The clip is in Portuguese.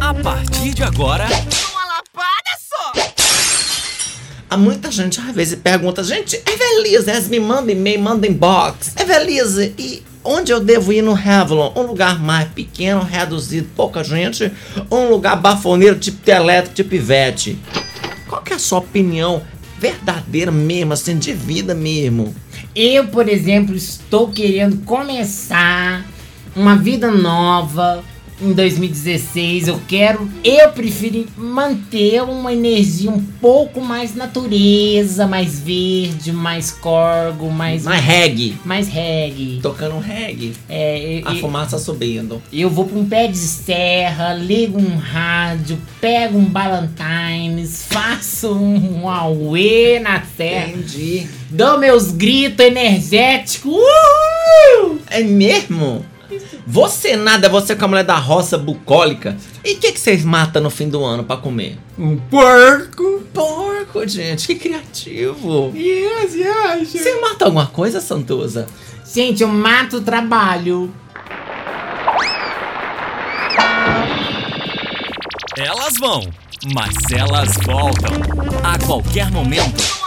A partir de agora, Uma lapada só! Há muita gente às vezes pergunta, gente, Evelise, elas me mandam e-mail, mandam inbox. Evelise, e onde eu devo ir no Revlon? Um lugar mais pequeno, reduzido, pouca gente, ou um lugar bafoneiro, tipo teleto, tipo Ivete? Qual que é a sua opinião verdadeira mesmo, assim, de vida mesmo? Eu, por exemplo, estou querendo começar uma vida nova em 2016. Eu quero, eu prefiro manter uma energia um pouco mais natureza, mais verde, mais corgo, mais Mais reggae. mais reggae. Tocando reggae, É, eu, a fumaça subindo. eu vou pra um pé de serra, ligo um rádio, pego um Ballantines, faço um auê na serra, Entendi. dou meus gritos energéticos. Uh! Uhul! É mesmo? Você nada, você com a mulher da roça bucólica. E o que, que vocês matam no fim do ano pra comer? Um porco. Porco, gente, que criativo. Yes, yes. Você mata alguma coisa, Santuza? Gente, eu mato o trabalho. elas vão, mas elas voltam. A qualquer momento.